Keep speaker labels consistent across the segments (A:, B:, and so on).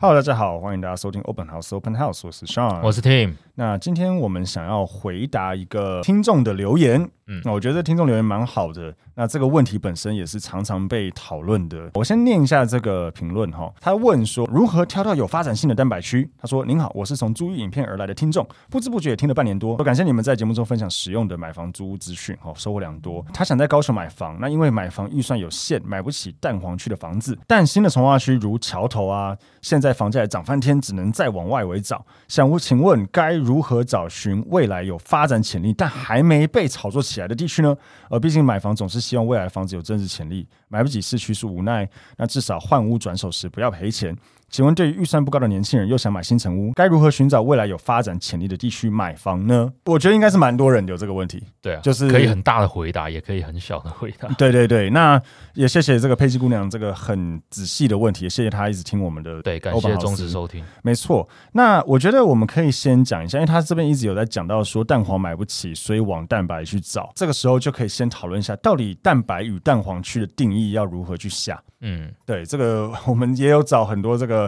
A: Hello，大家好，欢迎大家收听 Open House Open House，我是 Sean，
B: 我是 Tim，
A: 那今天我们想要回答一个听众的留言，嗯
B: 嗯，
A: 那我觉得听众留言蛮好的。那这个问题本身也是常常被讨论的。我先念一下这个评论哈，他问说如何挑到有发展性的蛋白区？他说：“您好，我是从租屋影片而来的听众，不知不觉也听了半年多，感谢你们在节目中分享实用的买房租屋资讯，哦，收获良多。他想在高雄买房，那因为买房预算有限，买不起蛋黄区的房子，但新的从化区如桥头啊，现在房价也涨翻天，只能再往外围找。想问，请问该如何找寻未来有发展潜力但还没被炒作起来的地区呢？呃，毕竟买房总是希望未来房子有增值潜力，买不起市区是无奈，那至少换屋转手时不要赔钱。请问，对于预算不高的年轻人又想买新城屋，该如何寻找未来有发展潜力的地区买房呢？我觉得应该是蛮多人有这个问题。
B: 对啊，
A: 就是嗯
B: 可以很大的回答，也可以很小的回答。
A: 对对对，那也谢谢这个佩姬姑娘这个很仔细的问题，也谢谢她一直听我们的
B: 对，感
A: 欧本
B: 谢
A: 豪
B: 忠
A: 斯
B: 实收听。
A: 没错，那我觉得我们可以先讲一下，因为他这边一直有在讲到说蛋黄买不起，所以往蛋白去找。这个时候就可以先讨论一下，到底蛋白与蛋黄区的定义要如何去下。
B: 嗯，
A: 对，这个我们也有找很多这个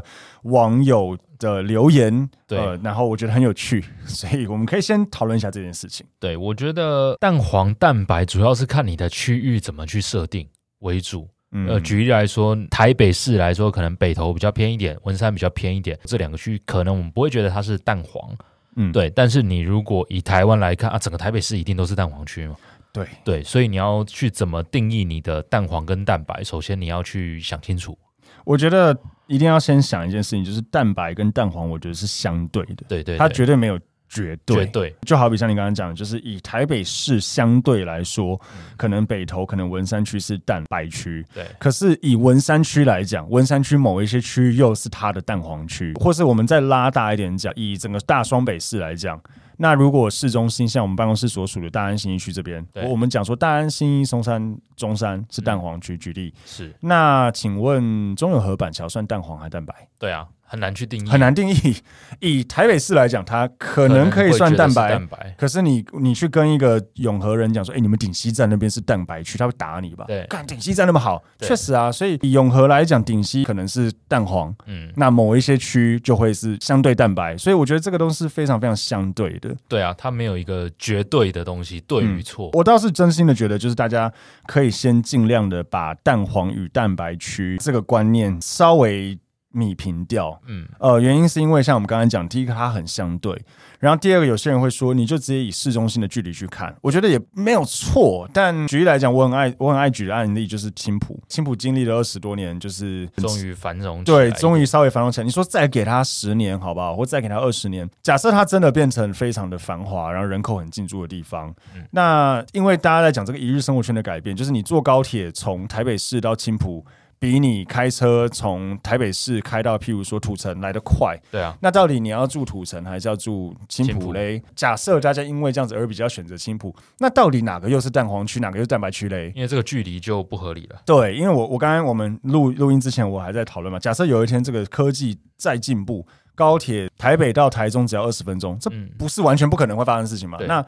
A: 网友的留言，
B: 对
A: 呃，然后我觉得很有趣，所以我们可以先讨论一下这件事情。
B: 对，我觉得蛋黄蛋白主要是看你的区域怎么去设定为主。
A: 嗯
B: 呃，举例来说，台北市来说，可能北投比较偏一点，文山比较偏一点，这两个区域可能我们不会觉得它是蛋黄，
A: 嗯
B: 对。但是你如果以台湾来看啊，整个台北市一定都是蛋黄区嘛，
A: 对，
B: 对。所以你要去怎么定义你的蛋黄跟蛋白，首先你要去想清楚。
A: 我觉得一定要先想一件事情，就是蛋白跟蛋黄，我觉得是相对的，
B: 对对对，
A: 它绝对没有绝对。
B: 绝对
A: 就好比像你刚刚讲的，就是以台北市相对来说，
B: 嗯
A: 可能北投、可能文山区是蛋白区，
B: 对
A: 可是以文山区来讲，文山区某一些区域又是它的蛋黄区，或是我们再拉大一点讲，以整个大双北市来讲，那如果市中心像我们办公室所属的大安新一区这边，
B: 对
A: 我们讲说大安新一、松山、中山是蛋黄区，举例，
B: 是，
A: 那请问中永和板桥算蛋黄还蛋白？
B: 对啊，很难去定义，
A: 很难定义。 以台北市来讲，它可
B: 可
A: 能可以
B: 会
A: 算
B: 觉得
A: 蛋
B: 是
A: 白，
B: 蛋白
A: 可是你你去跟一个永和人讲说，哎、你们顶溪站那边是蛋白区，他会打你吧？
B: 对
A: 干顶溪站那么好，
B: 对
A: 确实啊。所以以永和来讲，顶溪可能是蛋黄，
B: 嗯，
A: 那某一些区就会是相对蛋白，所以我觉得这个都是非常非常相对的。
B: 对啊，它没有一个绝对的东西，对与错。
A: 我倒是真心的觉得，就是大家可以先尽量的把蛋黄与蛋白区这个观念稍微弭平掉。
B: 嗯，
A: 呃，原因是因为像我们刚才讲，第一个它很相对，然后第二个有些人会说，你就直接以市中心的距离去看，我觉得也没有错。但举例来讲，我很爱我很爱举的案例就是青浦，青浦经历了二十多年，就是
B: 终于繁荣起
A: 嗯
B: 来
A: 对，
B: 一点，
A: 终于稍微繁荣起来。你说再给他十年好不好？或再给他二十年？假设它真的变成非常的繁华，然后人口很进驻的地方，
B: 嗯
A: 那因为大家在讲这个一日生活圈的改变，就是你坐高铁从台北市到青浦，比你开车从台北市开到譬如说土城来得快。
B: 对啊，
A: 那到底你要住土城还是要住青
B: 青
A: 浦
B: 浦
A: 嘞？假设大家因为这样子而比较选择青浦，那到底哪个又是蛋黄区，哪个又是蛋白区嘞？
B: 因为这个距离就不合理了。
A: 对，因为我我刚刚我们录录音之前，我还在讨论嘛。假设有一天这个科技再进步，高铁台北到台中只要二十分钟，这
B: 嗯
A: 不是完全不可能会发生的事情嘛？
B: 对
A: 那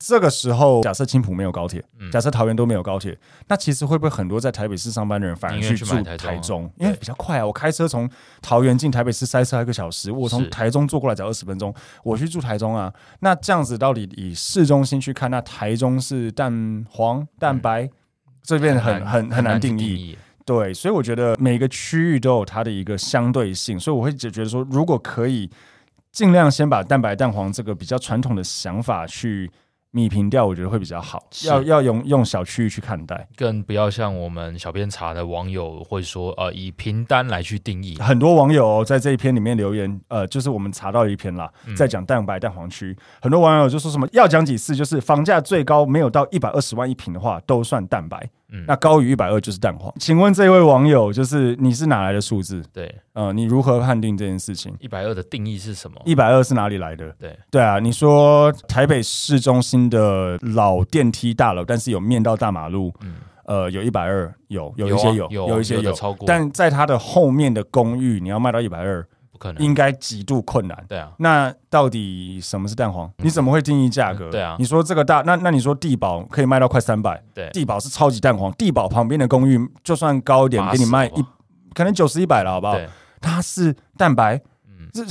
A: 这个时候，假设青浦没有高铁，
B: 嗯
A: 假设桃园都没有高铁，那其实会不会很多在台北市上班的人反而
B: 宁愿去
A: 住
B: 买
A: 台
B: 台
A: 中？
B: 中啊
A: 因为
B: 对
A: 比较快啊，我开车从桃园进台北市塞车一个小时，我从
B: 是
A: 台中坐过来只要二十分钟，我去住台中啊。那这样子到底以市中心去看，那台中是蛋黄、蛋
B: 嗯
A: 白，这边很很很难
B: 去
A: 定义。对，所以我觉得每个区域都有它的一个相对性，所以我会觉觉得说，如果可以尽量先把蛋白蛋黄这个比较传统的想法去弭平掉，我觉得会比较好。
B: 是
A: 要要用用小区域去看待，
B: 更不要像我们小编查的网友会说，呃，以平单来去定义，
A: 很多网友、哦在这一篇里面留言，呃，就是我们查到一篇啦，
B: 嗯
A: 在讲蛋白蛋黄区，很多网友就说什么要讲几次，就是房价最高没有到一百二十万一平的话，都算蛋白，
B: 嗯
A: 那高于一百二就是蛋黄。请问这位网友，就是你是哪来的数字？
B: 对，
A: 呃，你如何判定这件事情？
B: 一百二的定义是什么？
A: 一百二是哪里来的？
B: 对，
A: 对啊，你说台北市中心的老电梯大楼，但是有面到大马路，
B: 嗯
A: 呃，有一百二，有有
B: 有
A: 一
B: 啊
A: 些有，
B: 有
A: 一些
B: 有的
A: 有
B: 超过
A: 但在它的后面的公寓，你要卖到一百二，
B: 不可能，
A: 应该极度困难。
B: 对啊，
A: 那到底什么是蛋黄？你怎么会定义价格？
B: 嗯对啊
A: 你说这个大，那那你说地保可以卖到快三百，
B: 对，啊
A: 地保是超级蛋黄，地保旁边的公寓就算高一点，
B: 80
A: 给你卖
B: 好不
A: 一
B: 好，
A: 可能九十一百了，好不好？
B: 对，
A: 它是蛋白，
B: 嗯
A: 这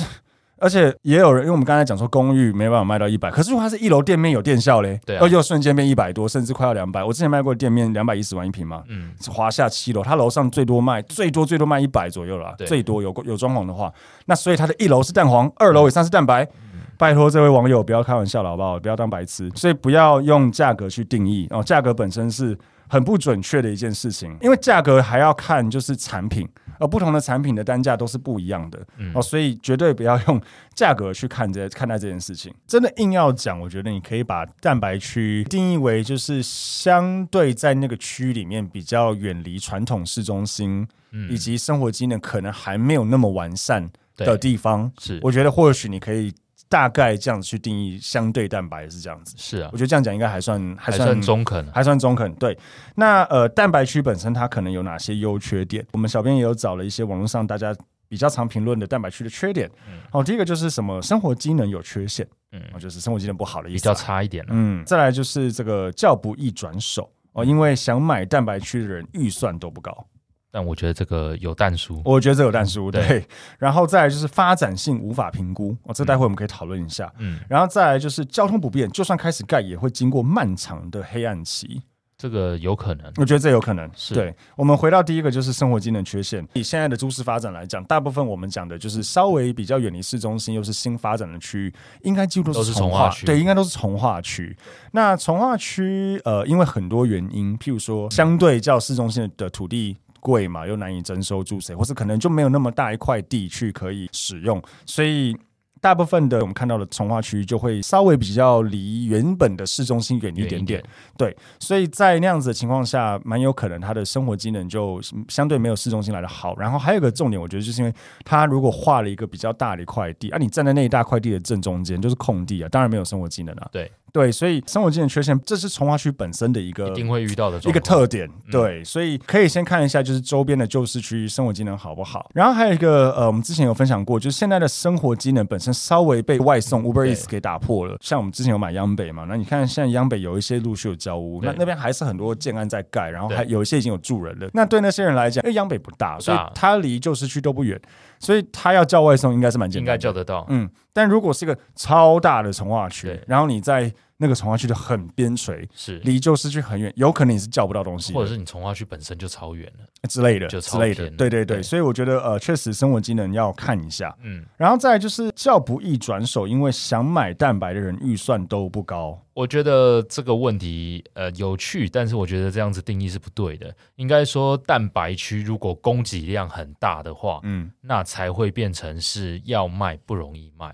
A: 而且也有人，因为我们刚才讲说公寓没办法卖到一百，可是如果它是一楼店面有电效嘞，
B: 对啊
A: 又又瞬间变一百多，甚至快要两百。我之前卖过店面两百一十万一平嘛，
B: 嗯，
A: 华夏七楼，它楼上最多卖最多最多卖一百左右啦，
B: 对
A: 最多有有装潢的话，那所以它的一楼是蛋黄，二楼以上是蛋白。
B: 嗯
A: 拜托这位网友不要开玩笑了，好不好？不要当白痴，所以不要用价格去定义哦，价格本身是很不准确的一件事
B: 嗯
A: 情，因为价格还要看就是产品，而不同的产品的单价都是不一样的、
B: 嗯
A: 哦，所以绝对不要用价格去看这看待这件事情。真的硬要讲，我觉得你可以把蛋白区定义为就是相对在那个区里面比较远离传统市中心，以及生活机能可能还没有那么完善的
B: 嗯对
A: 地方。
B: 是
A: 我觉得或许你可以大概这样子去定义相对蛋白是这样子。
B: 是啊
A: 我，觉得这样讲应该还算还
B: 还
A: 算
B: 算中肯啊，
A: 还算中肯。对，那呃，蛋白区本身它可能有哪些优缺点？我们小编也有找了一些网络上大家比较常评论的蛋白区的缺点。哦，第一个就是什么生活机能有缺陷，嗯
B: 嗯，
A: 哦、就是生活机能不好的意
B: 比
A: 思啊、
B: 较差一点了，
A: 嗯，再来就是这个较不易转手。
B: 嗯
A: 哦，因为想买蛋白区的人预算都不高，
B: 但我觉得这个有蛋叔，
A: 我觉得这有蛋叔对
B: 对
A: 然后再来就是发展性无法评估，哦，这待会我们可以讨论一下。
B: 嗯，
A: 然后再来就是交通不便，就算开始盖，也会经过漫长的黑暗期。
B: 这个有可能，
A: 我觉得这有可能。
B: 是
A: 对，我们回到第一个就是生活机能缺陷。以现在的都市发展来讲，大部分我们讲的
B: 嗯
A: 就是稍微比较远离市中心，又是新发展的区域，应该几乎都
B: 都
A: 是
B: 是
A: 从
B: 从
A: 化
B: 化区
A: 对，应该都是从化区。那从化区，呃，因为很多原因，譬如说，相对较市中心的土地。贵嘛，又难以征收住谁，或是可能就没有那么大一块地去可以使用，所以大部分的我们看到的从化区就会稍微比较离原本的市中心远一点点。对，所以在那样子的情况下，蛮有可能他的生活机能就嗯相对没有市中心来的好。然后还有一个重点，我觉得就是因为他如果划了一个比较大的一块地，啊，你站在那一大块地的正中间就是空地啊，当然没有生活机能啊。
B: 对
A: 对，所以生活机能缺陷，这是从化区本身的一个
B: 一定会遇到的
A: 呃一
B: 状
A: 个
B: 况嗯
A: 特点，对，所以可以先看一下就是周边的旧市区生活机能好不好。然后还有一个呃，我们之前有分享过，就是现在的生活机能本身稍微被外送 Uber Eats 给打破了。像我们之前有买央北嘛，那你看现在央北有一些陆续有交屋，那
B: 对
A: 那边还是很多建案在盖，然后还
B: 对
A: 有一些已经有住人了。那对那些人来讲，因为央北不大，所以它离旧市区都不远，所以他要叫外送应该是蛮简
B: 应
A: 单
B: 该
A: 的。
B: 叫得到，
A: 嗯，但如果是一个超大的从化区
B: 对，
A: 然后你在那个从化区的很边陲，
B: 是，
A: 离旧市区很远，有可能你是叫不到东西的，
B: 或者是你从化区本身就超远了，
A: 之类的
B: 就
A: 之
B: 超
A: 类
B: 偏
A: 的，对对对，
B: 对
A: 所以我觉得呃，确实生活机能要看一下，
B: 嗯。
A: 然后再来就是较不易转手，因为想买蛋白的人预算都不高，
B: 我觉得这个问题呃有趣，但是我觉得这样子定义是不对的。应该说，蛋白区如果供给量很大的话，
A: 嗯，
B: 那才会变成是要卖不容易卖。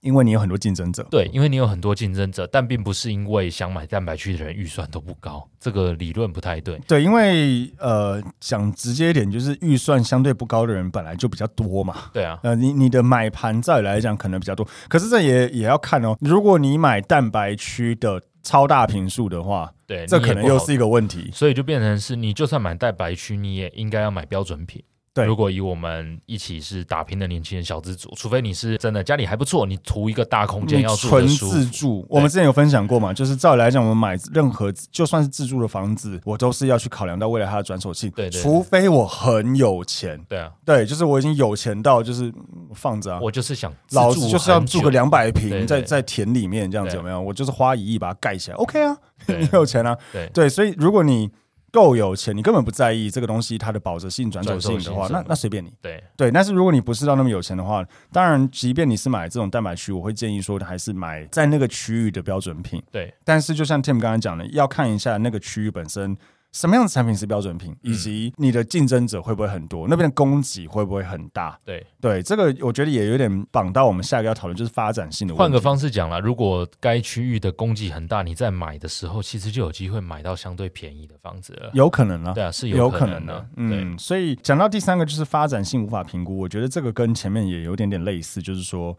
A: 因为你有很多竞争者，
B: 对，因为你有很多竞争者，但并不是因为想买蛋白区的人预算都不高，这个理论不太对。
A: 对，因为呃，讲直接一点，就是预算相对不高的人本来就比较多嘛，
B: 对啊，
A: 呃，你你的买盘照理来讲可能比较多，可是这也也要看哦，如果你买蛋白区的超大平数的话，
B: 对，
A: 这
B: 你也
A: 可能
B: 不好
A: 又是一个问题，
B: 所以就变成是你就算买蛋白区，你也应该要买标准品。
A: 对
B: 如果以我们一起是打拼的年轻人小资族，除非你是真的家里还不错，你图一个大空间
A: 你
B: 要住
A: 纯
B: 的舒
A: 自
B: 服，
A: 住，我们之前有分享过嘛，就是照理来讲，我们买任何就算是自住的房子，我都是要去考量到未来它的转手性，
B: 对对对
A: 除非我很有钱，
B: 对啊，
A: 对，就是我已经有钱到就是嗯放着啊，
B: 我就是想自
A: 老
B: 住
A: 子就是要
B: 很
A: 住
B: 久
A: 个两百平，
B: 对对
A: 在在田里面这样子
B: 对
A: 有没有？我就是花一亿把它盖起来，OK 啊，
B: 对
A: 你有钱啊，
B: 对
A: 对，所以如果你够有钱，你根本不在意这个东西它的保值性、转手性的
B: 转手
A: 话
B: 性，是
A: 那
B: 吗
A: 那随便你。
B: 对，
A: 对，但是如果你不是到那么有钱的话，当然，即便你是买这种蛋白区，我会建议说还是买在那个区域的标准品。
B: 对，
A: 但是就像 Tim 刚才讲的，要看一下那个区域本身什么样的产品是标准品，
B: 嗯
A: 以及你的竞争者会不会很多，那边的供给会不会很大。
B: 对，
A: 对，这个我觉得也有点绑到我们下一个要讨论，就是发展性的问题。
B: 换个方式讲啦，如果该区域的供给很大，你在买的时候，其实就有机会买到相对便宜的房子了。
A: 有可能了、
B: 对啊，是
A: 有
B: 可
A: 可
B: 能
A: 能
B: 的。对，
A: 嗯，所以讲到第三个就是发展性无法评估，我觉得这个跟前面也有点点类似，就是说。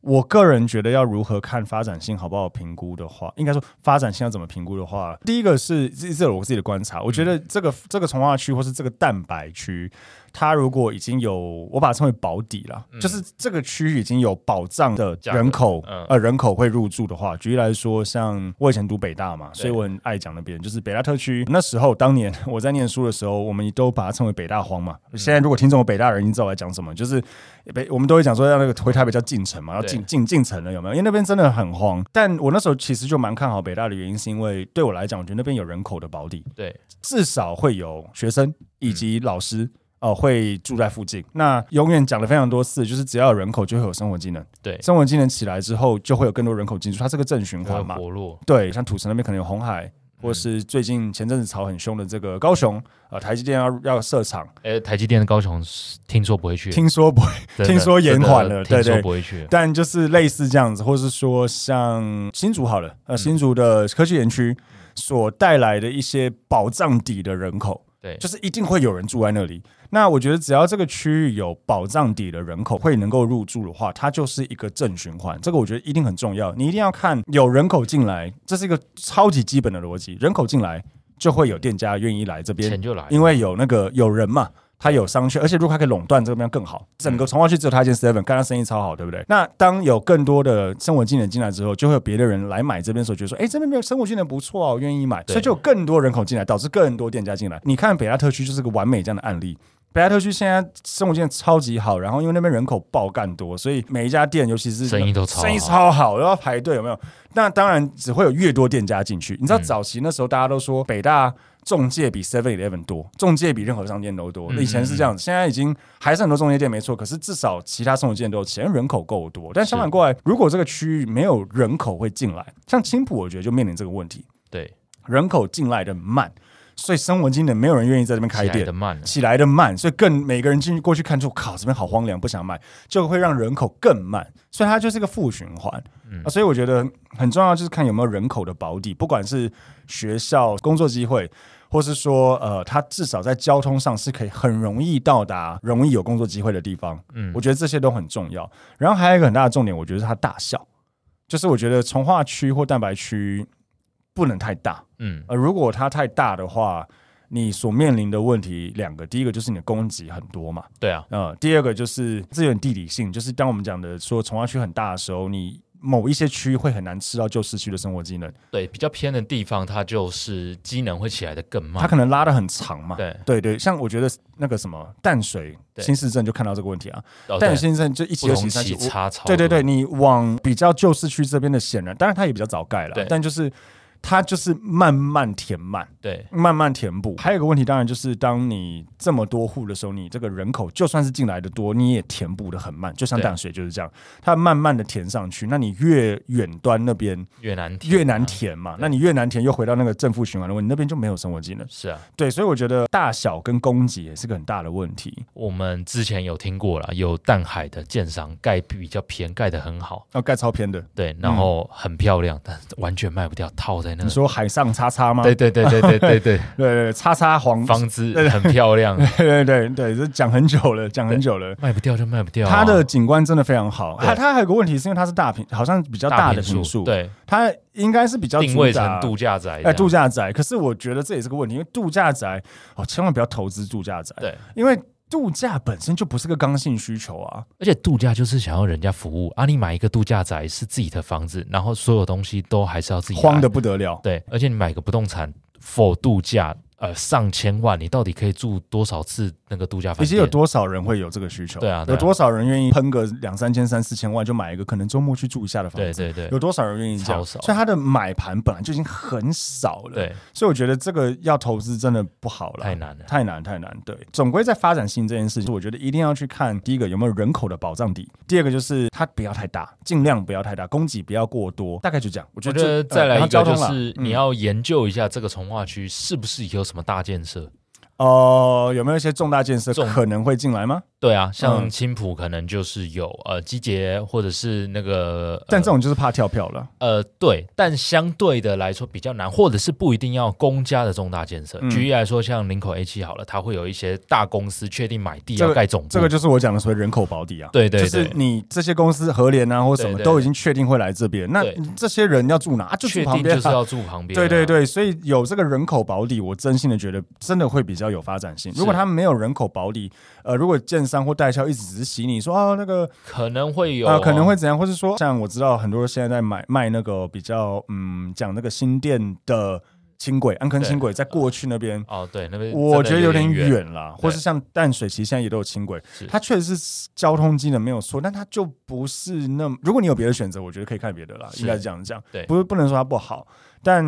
A: 我个人觉得要如何看发展性好不好评估的话，应该说发展性要怎么评估的话，第一个是这这是我自己的观察，我觉
B: 嗯
A: 得这个、这个从化区或是这个蛋白区，它如果已经有我把它称为保底了，
B: 嗯
A: 就是这个区域已经有保障的
B: 价格
A: 人口，
B: 嗯
A: 呃，人口会入住的话，举例来说，像我以前读北大嘛，所以我很爱讲那边，就是北大特区。那时候当年我在念书的时候，我们都把它称为北大荒嘛。
B: 嗯
A: 现在如果听众有北大人，已经知道我在讲什么，就是北我们都会讲说要那个回台北叫进城嘛，要
B: 对
A: 进进进城了有没有？因为那边真的很荒。但我那时候其实就蛮看好北大的原因，是因为对我来讲，我觉得那边有人口的保底，
B: 对，
A: 至少会有学生以及老师。哦，会住在附近。那永远讲了非常多次，就是只要有人口，就会有生活技能。
B: 对，
A: 生活技能起来之后，就会有更多人口进驻，它是个正循
B: 它
A: 环
B: 会
A: 嘛。
B: 活络，
A: 对，像土城那边可能有红海，或是最近前阵子炒很凶的这个高雄，呃，台积电要要设厂，
B: 哎，台积电的高雄听说不会去，
A: 听说不会，
B: 真的
A: 听说延缓了
B: 真
A: 对
B: 的听
A: 对
B: 说不会去。
A: 但就是类似这样子，或是说像新竹好了，呃，新竹的科技园区所带来的一些保障底的人口，
B: 对，
A: 就是一定会有人住在那里。那我觉得只要这个区域有保障底的人口会能够入住的话，它就是一个正循环。这个我觉得一定很重要，你一定要看有人口进来，这是一个超级基本的逻辑，人口进来就会有店家愿意来这边
B: 钱，就来了，
A: 因为有那个有人嘛。他有商圈，而且如果他可以垄断这边更
B: 嗯
A: 好，整个从化区只有他一间 Seven，看他生意超好，对不对？那当有更多的生活技能进来之后，就会有别的人来买这边的时候，觉得说，哎，这边没有生活技能不错哦，我愿意买，
B: 对
A: 所以就有更多人口进来，导致更多店家进来。你看北大特区就是个完美这样的案例。北大特区现在生活技能超级好，然后因为那边人口爆干多，所以每一家店，尤其是
B: 生意都超好
A: 生意超好，然后排队有没有？那当然只会有越多店家进去。你知道
B: 嗯
A: 早期那时候大家都说北大中介比 Seven Eleven 多，中介比任何商店都多。
B: 嗯
A: 以前是这样子，现在已经还是很多中介店没错，可是至少其他生活店都有钱，因为人口够多。但相反过来，如果这个区域没有人口会进来，像青浦，我觉得就面临这个问题，
B: 对
A: 人口进来的慢，所以生活经的没有人愿意在这边开
B: 起来
A: 店
B: 的。慢了，
A: 起来的慢，所以更每个人进去过去看就靠这边好荒凉，不想买，就会让人口更慢，所以它就是一个负循环、
B: 嗯
A: 啊。所以我觉得很重要就是看有没有人口的保底，不管是学校、工作机会，或是说呃，它至少在交通上是可以很容易到达、容易有工作机会的地方。
B: 嗯
A: 我觉得这些都很重要。然后还有一个很大的重点，我觉得是它大小，就是我觉得从化区或蛋白区不能太大。
B: 嗯，
A: 呃，如果它太大的话，你所面临的问题两个，第一个就是你的供给很多嘛，
B: 对啊，
A: 呃，第二个就是这有点地理性，就是当我们讲的说从化区很大的时候，你某一些区会很难吃到旧市区的生活机能，
B: 对，比较偏的地方，它就是机能会起来的更慢。
A: 它可能拉的很长嘛。
B: 对，
A: 对对，像我觉得那个什么淡水
B: 对
A: 新市镇就看到这个问题啊，
B: 哦
A: 淡
B: 对
A: 水新市镇就一期、
B: 不
A: 二
B: 同
A: 期、三期
B: 期，差超
A: 对对
B: 多
A: 对，，你往比较旧市区这边的显然，当然它也比较早盖
B: 对
A: 了，但就是它就是慢慢填满，
B: 对
A: 慢慢填补。还有一个问题，当然就是当你这么多户的时候，你这个人口就算是进来的多，你也填补的很慢，就像
B: 对
A: 淡水就是这样，它慢慢的填上去，那你越远端那边
B: 越南田
A: 越
B: 啊
A: 难填嘛，那你越难填，又回到那个正负循环的问题，那边就没有生活技能。
B: 是啊，
A: 对，所以我觉得大小跟供给也是个很大的问题。
B: 我们之前有听过啦，有淡海的建商盖比较偏，盖得很好，
A: 哦要盖超偏的，
B: 对，然后很漂亮，但是完全卖不掉，套在那
A: 嗯你。说海上叉叉吗？嗯
B: 对对对 对对对对，
A: 对对对，叉叉黄，
B: 房子很漂亮，
A: 对对对对，这讲很久了，讲很久了。
B: 卖不掉就卖不掉啊。
A: 它的景观真的非常好，
B: 对
A: 它它还有个问题是因为它是大平，好像比较大的平数，
B: 对，
A: 它应该是比较
B: 定位
A: 主
B: 成
A: 打
B: 度假宅这
A: 哎
B: 样，
A: 度假宅。可是我觉得这也是个问题，因为度假宅哦，千万不要投资度假宅，
B: 对，
A: 因为度假本身就不是个刚性需求啊。
B: 而且度假就是想要人家服务啊，你买一个度假宅是自己的房子，然后所有东西都还是要自己来
A: 慌的不得了，
B: 对，而且你买个不动产否度假，呃上千万，你到底可以住多少次那个度假
A: 以
B: 饭
A: 及
B: 店？
A: 有多少人会有这个需求？
B: 对啊对
A: 有
B: 啊
A: 多少人愿意喷个两三千、三四千万就买一个可能周末去住一下的房
B: 对
A: 子？
B: 对对
A: 有多少人愿意这样？
B: 超少
A: 所以它的买盘本来就已经很少了。
B: 对，
A: 所以我觉得这个要投资真的不好了，
B: 太难了
A: 太难，太难。对，总归在发展性这件事情，我觉得一定要去看第一个有没有人口的保障底，第二个就是它不要太大，尽量不要太大，供给不要过多，大概就这样。我觉
B: 我
A: 得
B: 觉得
A: 这
B: 再
A: 呃
B: 来
A: 然后
B: 一个
A: 交通
B: 就
A: 啦嗯
B: 是你要研究一下这个从化区是不是有什么大建设。
A: 哦，有没有一些重大建设
B: 重
A: 可能会进来吗？
B: 对啊，
A: 嗯
B: 像青浦可能就是有呃集结或者是那个，呃
A: 但这种就是怕跳票了。
B: 呃对，但相对的来说比较难，或者是不一定要公家的重大建设。
A: 嗯
B: 举例来说，像林口 A 七好了，它会有一些大公司确定买地
A: 这个
B: 要盖总部，
A: 这个就是我讲的所谓人口保底啊。
B: 对对
A: 就是
B: 对
A: 你这些公司合联啊或什么
B: 对对
A: 都已经确定会来这边，那
B: 对
A: 这些人要住哪？啊就住
B: 确
A: 旁
B: 定
A: 边
B: 就
A: 啊
B: 是要住旁边、
A: 对对，对，所以有这个人口保底，我真心的觉得真的会比较有发展性。
B: 是
A: 如果他们没有人口保底，呃，如果建商或代销一直只是洗你说啊那个
B: 可能会有、啊
A: 呃可能会怎样，或是说像我知道很多现在在买卖那个比较嗯讲那个新店的轻轨安坑轻轨，在过去那边。
B: 哦，对，那边
A: 我觉得
B: 真的
A: 有
B: 有
A: 点
B: 远，
A: 远啦，或是像淡水，其实现在也都有轻轨
B: 是，
A: 它确实是交通机能没有错，但它就不是那么。如果你有别的选择，我觉得可以看别的啦，
B: 是
A: 应该是这样讲。
B: 对
A: 不是不能说它不好，但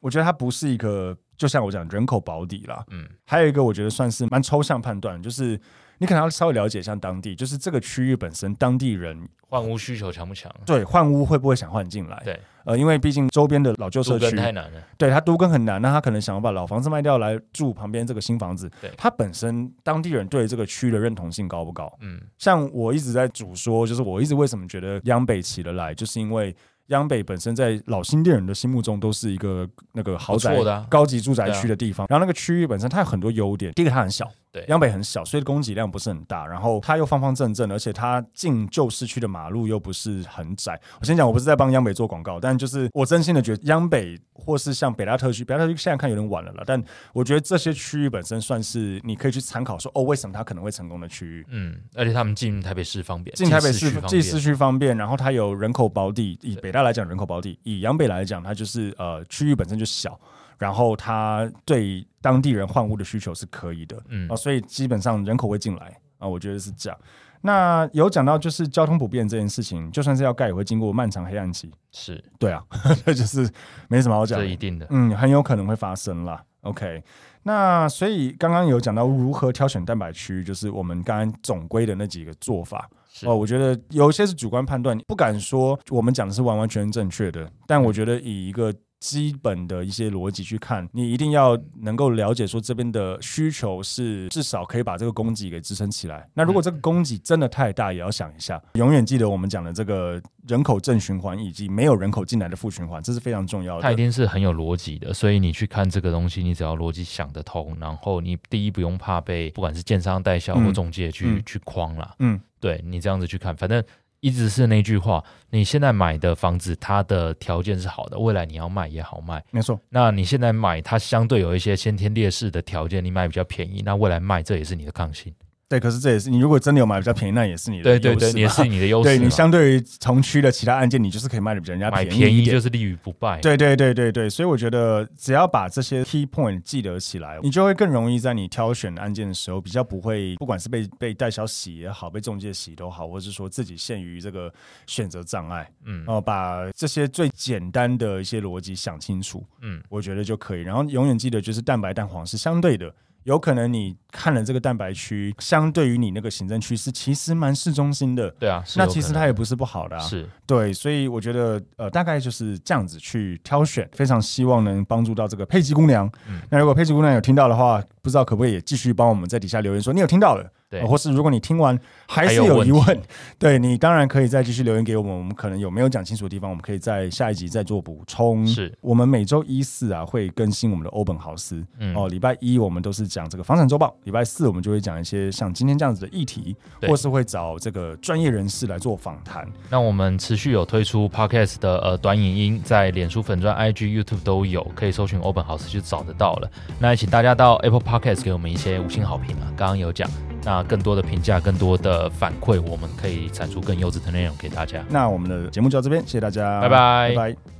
A: 我觉得它不是一个，就像我讲人口保底啦。
B: 嗯，
A: 还有一个我觉得算是蛮抽象判断，就是你可能要稍微了解一下当地，就是这个区域本身当地人
B: 换屋需求强不强？啊
A: 对换屋会不会想换进来？
B: 对，
A: 呃，因为毕竟周边的老旧社
B: 住跟
A: 区
B: 太难了，
A: 对他都更很难，那他可能想要把老房子卖掉来住旁边这个新房子。
B: 对
A: 他本身当地人对这个区的认同性高不高？
B: 嗯，
A: 像我一直在主说，就是我一直为什么觉得央北起得来，就是因为央北本身在老新店人的心目中都是一个那个豪宅
B: 不错的啊
A: 高级住宅
B: 对啊
A: 区的地方。然后那个区域本身它有很多优点，第一个它很小。
B: 对
A: 央北很小，所以供给量不是很大。然后它又方方正正，而且它进旧市区的马路又不是很窄。我先讲，我不是在帮央北做广告，但就是我真心的觉得央北或是像北大特区，北大特区现在看有点晚了啦，但我觉得这些区域本身算是你可以去参考说，哦，为什么它可能会成功的区域。
B: 嗯，而且他们进台北市方便，
A: 进台北
B: 市
A: 市
B: 区方
A: 进
B: 便
A: 市区方便，然后它有人口保底，以北大来讲人口保底，以阳北来讲，它就是呃区域本身就小，然后它对当地人换屋的需求是可以的，嗯
B: 嗯
A: 啊、所以基本上人口会进来啊、我觉得是这样。那有讲到就是交通不便这件事情，就算是要盖，也会经过漫长黑暗期。
B: 是
A: 对啊， 这就是没什么好讲
B: 这
A: 的
B: 一。定的，
A: 嗯，很有可能会发生啦。OK，那所以刚刚有讲到如何挑选蛋白区，就是我们刚刚总归的那几个做法。
B: 是
A: 哦，我觉得有一些是主观判断，不敢说我们讲的是完完全全正确的，但我觉得以一个基本的一些逻辑去看，你一定要能够了解说这边的需求是至少可以把这个供给给支撑起来。那
B: 嗯
A: 如果这个供给真的太大，也要想一下。永远记得我们讲的这个人口正循环以及没有人口进来的负循环，这是非常重要的。
B: 它一定是很有逻辑的，所以你去看这个东西，你只要逻辑想得通，然后你第一不用怕被不管是建商代销
A: 嗯
B: 或中介去、
A: 嗯
B: 去框啦，
A: 嗯，
B: 对你这样子去看，反正一直是那句话，你现在买的房子它的条件是好的，未来你要卖也好卖，
A: 没错。
B: 那你现在买它相对有一些先天劣势的条件，你买比较便宜，那未来卖这也是你的抗性，
A: 对，可是这也是你如果真的有买比较便宜，那也是你的
B: 对对对，
A: 优势
B: 也
A: 嘛
B: 是你的优势嘛，啊
A: 对你相对于同区的其他案件，你就是可以卖的比人家
B: 买
A: 便
B: 便
A: 宜一
B: 宜
A: 点。
B: 就是立于不败，
A: 对对对对对，所以我觉得只要把这些 key point 记得起来，你就会更容易在你挑选案件的时候，比较不会，不管是被被代销洗也好，被中介洗都好，或是说自己陷于这个选择障碍，
B: 嗯
A: 然后把这些最简单的一些逻辑想清楚，
B: 嗯，
A: 我觉得就可以。然后永远记得，就是蛋白蛋黄是相对的。有可能你看了这个蛋白区，相对于你那个行政区是其实蛮市中心的，
B: 对啊，是
A: 那
B: 有
A: 其
B: 可
A: 实
B: 能
A: 它也不是不好的啊。
B: 是
A: 对，所以我觉得呃，大概就是这样子去挑选，非常希望能帮助到这个佩姬姑娘。
B: 嗯
A: 那如果佩姬姑娘有听到的话，不知道可不可以也继续帮我们在底下留言说你有听到了。
B: 对
A: 呃或是如果你听完还是
B: 还有
A: 有
B: 问
A: 疑
B: 题
A: 问，对你当然可以再继续留言给我们，我们可能有没有讲清楚的地方，我们可以在下一集再做补充。
B: 是
A: 我们每周一四啊会更新我们的欧本豪斯，
B: 嗯
A: 哦，礼拜一我们都是讲这个房产周报，礼拜四我们就会讲一些像今天这样子的议题，
B: 对
A: 或是会找这个专业人士来做访谈。
B: 那我们持续有推出 podcast 的呃短影音，在脸书粉专、IG、YouTube 都有，可以搜寻 Open House 就找得到了。那也请大家到 Apple Podcast 给我们一些五星好评啊，刚刚有讲。那更多的评价、更多的反馈，我们可以产出更优质的内容给大家。
A: 那我们的节目就到这边，谢谢大家，
B: 拜拜
A: 拜拜。